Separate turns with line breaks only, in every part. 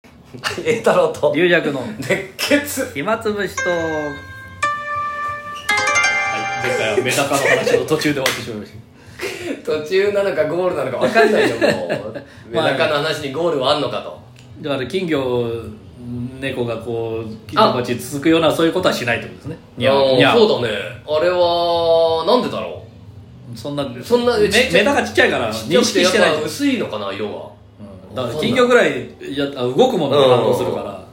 栄太郎と
龍尺の
熱血
暇つぶしとはい前回はメダカの話の途中で終わってしまいまし
途中なのかゴールなのか分かんないよもうメ
まあ
ダカの話にゴールはあんのかと
ただから金魚猫がこう金魚鉢つつくようなそういうことはしないってことですね
いや
にゃ
そうだねあれはなんでだろ
そんな
うそんな
め
ちっちゃい
メダカちっちゃいから認識してない
やっぱ薄いのかな色が
うんだから金魚ぐらいやあ動くもので反応するから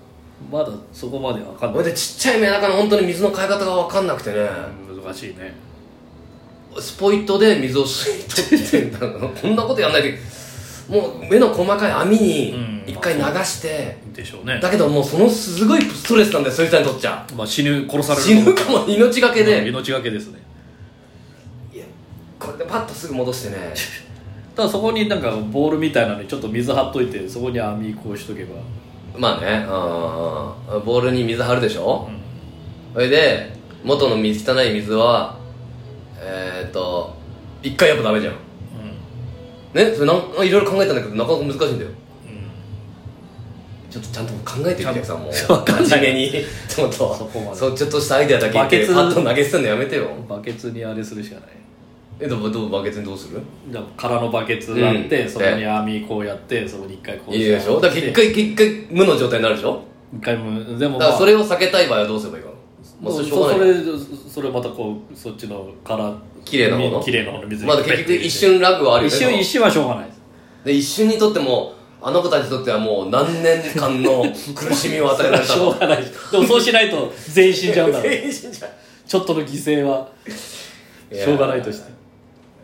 まだそこまでわかんな
俺
い
でちっちゃいメダカの本当に水の変え方が分かんなくてね
難しいね
スポイトで水を吸い取って こんなことやんないでもう目の細かい網に
うん
一回流して、
でしょうね
だけどもうそのすごいストレスなんだよそいつらにとっちゃ
まあ死ぬ殺される
死ぬかも命がけで、
うん命がけですね
いやこれでパッとすぐ戻してね
ただそこになんかボールみたいなのにちょっと水張っといてそこに網こうしとけば
まあねうんボールに水張るでしょ、それで元の水汚い水はえー、っと一回やっぱダメじゃん
う
ねそれなんいろいろ考えたんだけどなかなか難しいんだよ
ん、うん、
ちょっとちゃんと考えて
ち
る
ゃん
客さんも
わかんない
真面目に ちょっと
そこまで
そうちょっとしたアイデアだけ言って
バケツ
パッと投げ捨てるのやめてよ
バケツにあれするしかない
えどうどうバケツにどうする
だから空のバケツがあって、
うん
そこに網こうやってそこに一回こう
いいでしょだから一回一回無の状態になるでしょ
一回もでも
だ
ま
か
あ
らそれを避けたい場合はどうすればいいかなまあそ
そ
れ
う
しょうが
そ
ない
れそれまたこうそっちのから
綺麗な方の
綺麗な方の水に
まだ結局一瞬ラグはある
一
よね
瞬一瞬はしょうがない です
で一瞬にとってもあの子たちにとってはもう何年間の苦しみを与えられた
しょうがないですでもそうしないと全員 死んじゃうんだろう
全員死んじゃう
ちょっとの犠牲はしょうがないとして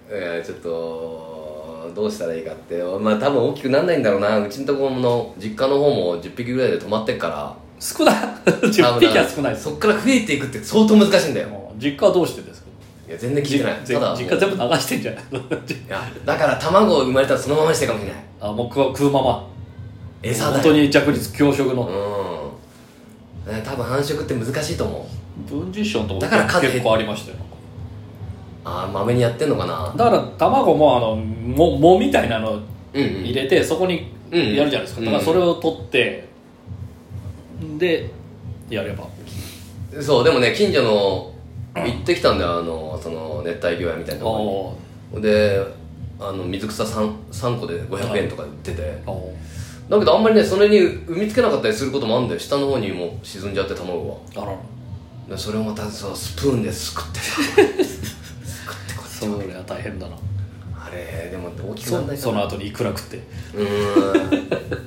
えーちょっとどうしたらいいかってまあ多分大きくならないんだろうなうちのところの実家の方も10匹ぐらいで止まってっから
少ない10 匹は少ないです
そっから増えていくって相当難しいんだよ
もう実家はどうしてですか
いや全然聞いてない
じ
ただ
実家全部
もう
流してん じゃない
いやだから卵生まれたらそのままにしてるかもしれない
あもう食う食うまま
餌だよ
本当に弱率強食の
うんね多分繁殖って難しいと思う
文実賞のとこ
だから数
結構ありましたよ
ああまめにやってんのかな
だから卵もあのも藻みたいなの
うんうん
入れてそこに
うん
やるじゃないですか、
うん
だからそれを取ってでやれば
そうでもね近所の行ってきたんだよあのその熱帯魚屋みたいなとこ
お
にであの水草 3, 三個で500円とかで売ってて、
ーお
だけどあんまりねそれに産みつけなかったりすることもあるんだよ下の方にもう沈んじゃって卵は
ーあら
でそれをまたそうスプーンですくってさすくってこ
それは大変だな
あれでも大きくならな
そ
い
そ
か
の
な
後にいくら食って
うーん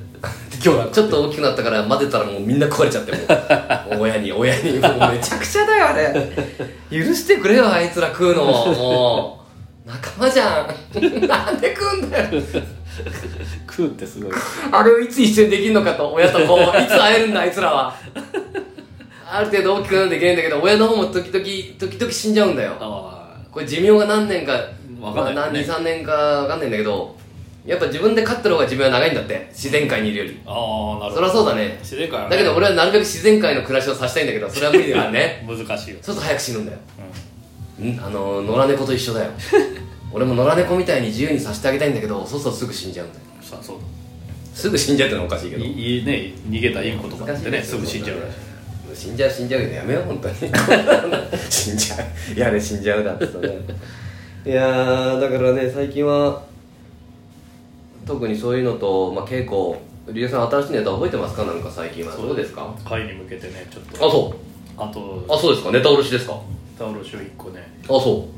今日は
ちょっと大きくなったから混ぜたらもうみんな食われちゃって もう親に親にもうめちゃくちゃだよあれ許してくれよあいつら食うのもう仲間じゃん なんで食うんだよ
食うってすごい
あれをいつ一緒にできるのかと親と子いつ会えるんだあいつらはある程度大きくならなきゃいけないんだけど親の方も時々時々死んじゃうんだよ
あ
これ寿命が何年か
わかんないよね
23年かわかんないんだけどやっぱ自分で飼ってる方が寿命は長いんだって自然界にいるより
ーあーなるほど
そりゃそうだね
自然界はね
だけど俺はなるべく自然界の暮らしをさせたいんだけどそれは無理だからね
難しいよ
そうすると早く死ぬんだよ、んあの野良猫と一緒だ よ俺も野良猫みたいに自由にさせてあげたいんだけどそうするとすぐ死んじゃうんだよ
さあそう
すぐ死んじゃうってのはおかしいけ
だ
ど
いいね逃げたインコとかってねすぐ死んじゃうらしい
死んじゃう死んじゃうけどやめよう本当に 死んじゃういやね死んじゃうだってさねいやーだからね最近は特にそういうのと、まあ、稽古リエさん新しいネタ覚えてますかなんか最近はどうですか
会に向けてねちょっ
あ
と
そ
あ
うあ
と
そうですかネタおろしですか
タオルシを1個ね
あそ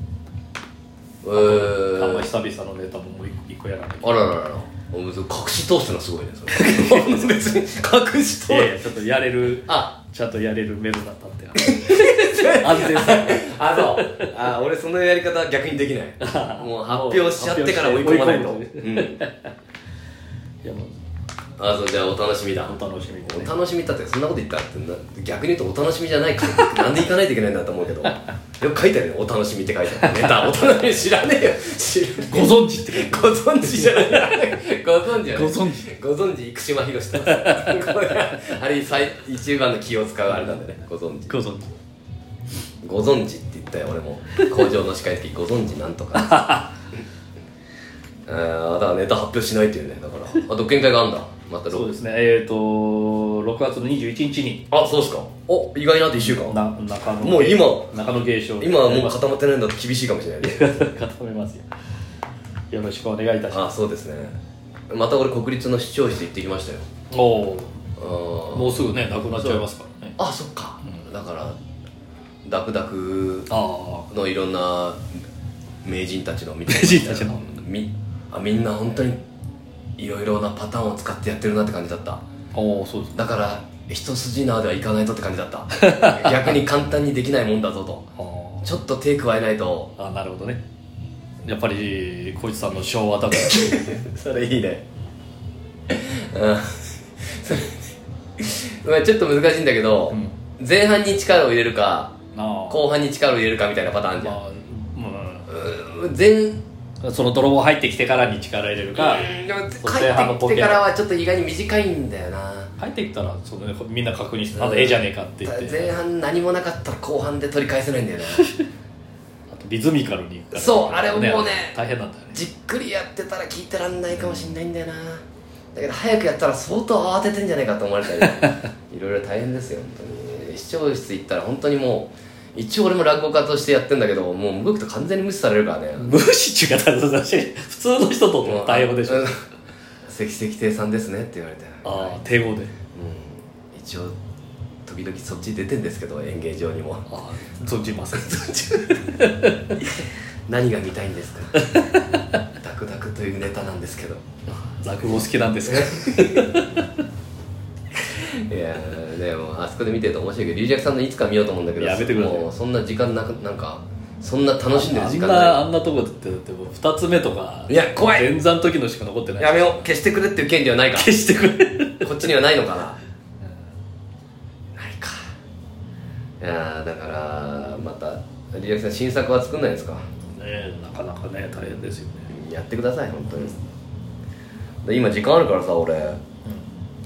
うえ
あんま
ー、
久々のネタももう1個やらなきゃい
あららららおむず隠し通すのはすごいねそれ 別に隠し
けないいやいやちょっとやれる
あ
ちゃんとやれるメールだったって 安全性
あそうあ俺そのやり方は逆にできない もう発表しちゃってから追い込まないと、
追い込
うん、
いやもう
あそうじゃあお楽しみだ
お楽しみで
お
ね
楽しみだってそんなこと言ったらってな逆に言うとお楽しみじゃないからなんで行かないといけないんだと思うけどよく書いてあるねお楽しみって書いてあるネタお楽しみ知らねえよ 知らねえ
ご存知って書いて
ご存知じゃない。ご存知じゃない。
ご存知。
ご存知、生島博士とか。これあれ、最、一番の気を使うあれなんでね。ご存知。
ご存知
ご存知って言ったよ、俺も。工場の司会の時、ご存知なん とか。あーだからネタ発表しないっていうね。だから。あ、独演会があんだ。また
そう
6
ですねえっ、と6月の21日に
あそうですかお意外なあと1週間
な中野
もう今
中野芸商
今はもう固まってないんだと厳しいかもしれないね
固めますよよろしくお願いいたしま
あそうですねまた俺国立の市長室行ってきましたよ
すおお
あー
もうすぐねなくなっちゃいますからね
あそっか、だからダクダク
あ
のいろんな名人たちのみたいな
名人たちの
みあみんな本当にいろいろなパターンを使ってやってるなって感じだった
あおおそうですね
だから一筋縄ではいかないとって感じだった 逆に簡単にできないもんだぞと
あー
ちょっと手加えない と
あなるほどねやっぱり小市さんの昭和だから
それいいねうん それまあちょっと難しいんだけど、
うん
前半に力を入れるか
あ
後半に力を入れるかみたいなパターンあるじゃん、
まあ、う
うん前
ん、その泥棒入ってきてからに力入れるか
でも
そう前半の
帰っ
ポ
てき
ケ
てからはちょっと意外に短いんだよな
入ってきたらその、ね、みんな確認して「あと絵じゃねえか」って言って
前半何もなかったら後半で取り返せないん だよな
あとリズミカルに行くから
そうあれもうね
大変なんだよね
じっくりやってたら聞いてらんないかもしんないんだよなだけど早くやったら相当慌ててんじゃないかと思われたり いろいろ大変ですよ本当に視聴室行ったら本当にもう一応俺も落語家としてやってんだけどもう向こうと完全に無視されるからね
無視中がだだし普通の人との対応でしょ
うん関関亭さんですねって言われて
ああ帝王で
うん一応時々そっち出てんですけど演芸場に も
ああ存じません
何が見たいんですかダクダクというネタなんですけど
落語好きなんですか
いやーでもあそこで見てると面白いけど龍尺さんのいつか見ようと思うんだけど
やめてください
もうそんな時間なくなんかそんな 楽しんでる時間
あんな
な
あんなとこだってだってもう2つ目とか
いや怖い
前座の時のしか残ってない
いやめよう消してくれっていう権利はないか
消してくれ
こっちにはないのかなないかいやーだからまた龍尺さん新作は作んないですか
ねえなかなかね大変ですよね、
やってください本当にで今時間あるからさ俺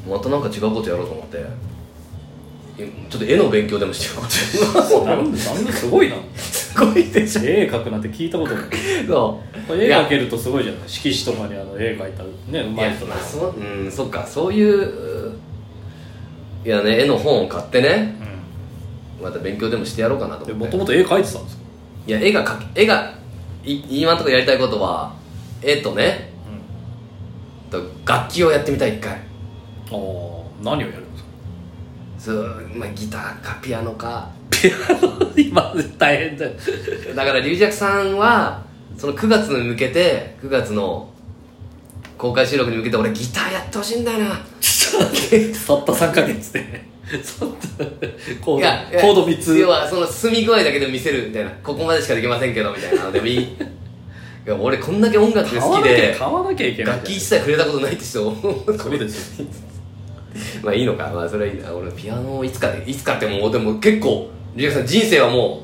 またなんか違うことやろうと思っていちょっと絵の勉強でもしてよう
なんでなんですごいな
すごいでし
絵描くなんて聞いたことない
ょそ
これ絵描けるとすごいじゃない色紙とかにあの絵描いたらねう
い
ま
や
い人
ま
だ
あそ,、うん、そっかそういういやね絵の本を買ってねまた勉強でもしてやろうかなと
で
思
も
って
ともと絵描いてたんですよ、
いや絵が描け絵がい今のところやりたいことは絵とねと楽器をやってみたい一回
ああ何をや るんです
そ
か
う、まあ、ギターかピアノか
今大変だよ
だから龍尺さんはその9月に向けて9月の公開収録に向けて俺ギターやってほしいんだよな
たった3ヶ月でそんなコード
いやいや
コード3つ
要はその進み具合だけで見せるみたいなここまでしかできませんけどみたいなのでもいいいや俺こんだけ音楽
買
が
わ
好
な
き
きゃ
で
買わなきゃいけない
楽器一切触れたことないって人
そうですよ
まあいいのかまあそれはいいな俺ピアノをいつかでいつかってもうでも結構龍尺さん人生はも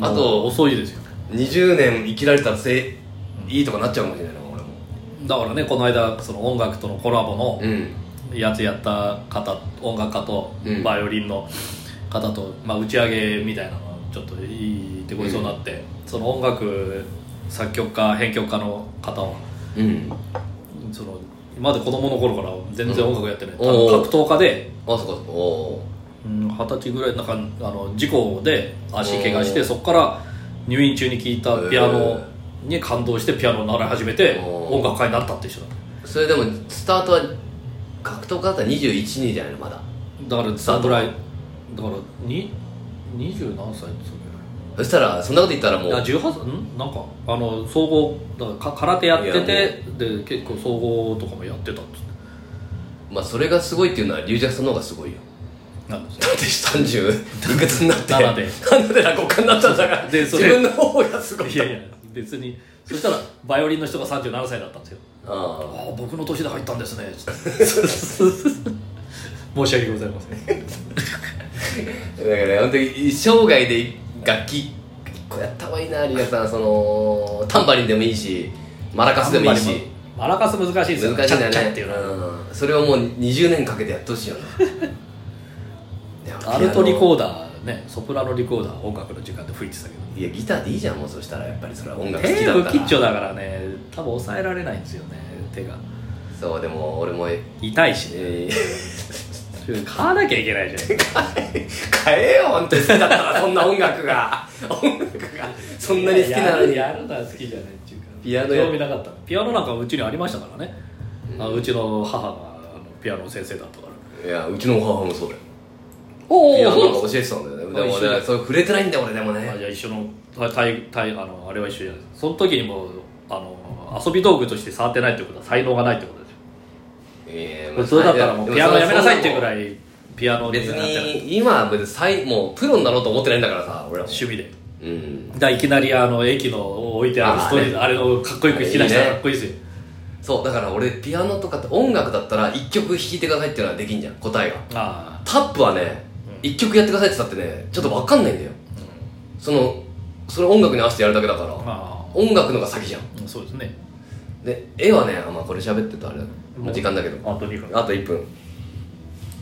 あと
もう遅いですよ
う20年生きられたらせいいとかなっちゃうかもしれないな俺も
だからねこの間その音楽とのコラボの
うん
やつやった方音楽家と
うん
バイオリンの方と、まあ、打ち上げみたいなのがちょっといいってこいそうになって、その音楽作曲家編曲家の方は
うん
その今まで子供の頃から全然音楽やってない、
うんおー
格闘家で
あそこそこおー
うん二十歳ぐらいなんかあの事故で足怪我してそこから入院中に聴いたピアノに感動してピアノを習い始めて
おー
音楽家になったって人だ
それでもスタートは格闘家だったら21人じゃないのまだ
だからそのぐらいだからに二十何歳ってそれ
そしたらそんなこと言ったらも
いや
う
18んなんかあの総合だからか空手やって
いや
てで結構総合とかもやってたっつって
まあそれがすごいっていうのは龍尺さんの方がすごいよ
なんですよ
だって30いくつになって
7で
なんで落語家になったんだから
で
自
それ
分の方がすごい
いやいや別にそしたらバイオリンの人が37歳だったんですよあ
あ
あ僕の年で入ったんです ねつって申し訳ございません
あだから本当に生涯で楽器一個やった方がいいな龍尺さんそのタンバリンでもいいしマラカスでもいいし
マラカス難しいですよ
難しいんだ
チャッチャッ
よね
っていうの
う
は、
んそれをもう20年かけてやってほしいよない や
アルトリコーダーねソプラノリコーダー音楽の時間で吹いてたけど
いやギターでいいじゃんもうそしたらやっぱりそれは音楽好き
手
だった
不
ら
吉祥だからね多分抑えられないんですよね手が
そうでも俺も、え
痛いしね
ー、
買わなきゃいけないじゃん
変えよう本当に好きだったらそんな音楽 が音楽が そんなに好きなのに
やるやるのは好きじゃないっていうか
ピアノや
興味なかったピアノなんかうちにありましたからね、うあうちの母があのピアノの先生だったから
いやうちの母もそうだよ
お
ピアノなん
お
か教えてたんだよねで
あ
も
一緒だ
ねそれ触れてないんだよ俺でも
あ
ね
じゃあ一緒のたたいたいあのあれは一緒じゃないその時にもうあの遊び道具として触ってないってことは才能がないってことですよ、
え
それだったらもうピアノやめなさいっていうぐらいピアノ
別
なってない
に今は別に最もうプロになろうと思ってないんだからさ俺らも
趣味で
うん
だからいきなりあの駅の置いてあるストーリーズあ,、れのかっこよく引き出した
いい
ら
ね
かっこいいですよ
そうだから俺ピアノとかって音楽だったら1曲弾いてくださいっていうのはできんじゃん答えが
あ
タップはね1曲やってくださいって言ったってねちょっと分かんないんだよ
あ、うん
そのそれ音楽に合わせてやるだけだから
まあ
音楽のが先じゃん
うんそうですね
で絵はね、あまあ、これ喋ってたあれだもう時間だけど
あと2分
あと1分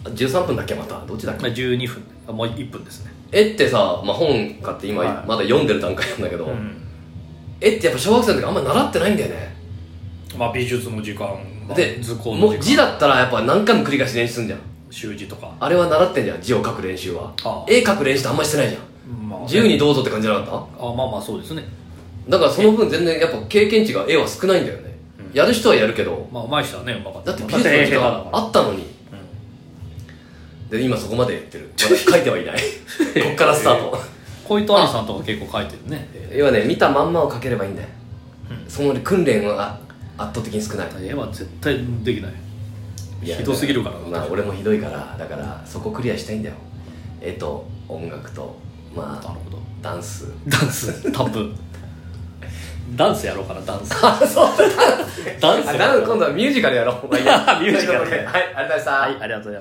13分だっけまたどっちだっけ
まあ12分あもう1分ですね
絵ってさ、まあ、本買って今
はい
まだ読んでる段階なんだけど、
うん
絵ってやっぱ小学生の時あんま習ってないんだよね
まあ美術の時間、まあ
で
図工
も
の
う字
時間
だったらやっぱ何回も繰り返し練習するんじゃん
習字とか
あれは習ってんじゃん字を書く練習は
ああ
絵描く練習ってあんまりしてないじゃん
まあね
自由にどうぞって感じじゃなかっ
あまあまあそうですね
ただからその分全然やっぱ経験値が絵は少ないんだよね、
うん
やる人はやるけど
まあ、うまい人はね、うまかった。
だって美術の時間あったのにで今そこまで言ってる まだ書いてはいない こっからスタート
こういった兄さんとか結構書いてるね。
要はね見たまんまを描ければいいんだよ、
う
その訓練は圧倒的に少ない
絵は絶対できない。
いや
ひどすぎるから
まあ俺もひどいからだからそこクリアしたいんだよ絵と音楽とま
なる
あ
ほど。
ダンス
ダンス、タ ップ。ダンスやろうかな、ダンス。
あそう
ダンス
あ
や
ダン
ろ
ス
うか
今度
な。
はミュージカルやろうまあいいや
ミュージカル
ということではいありがとうございました
はい、ありがとうございます。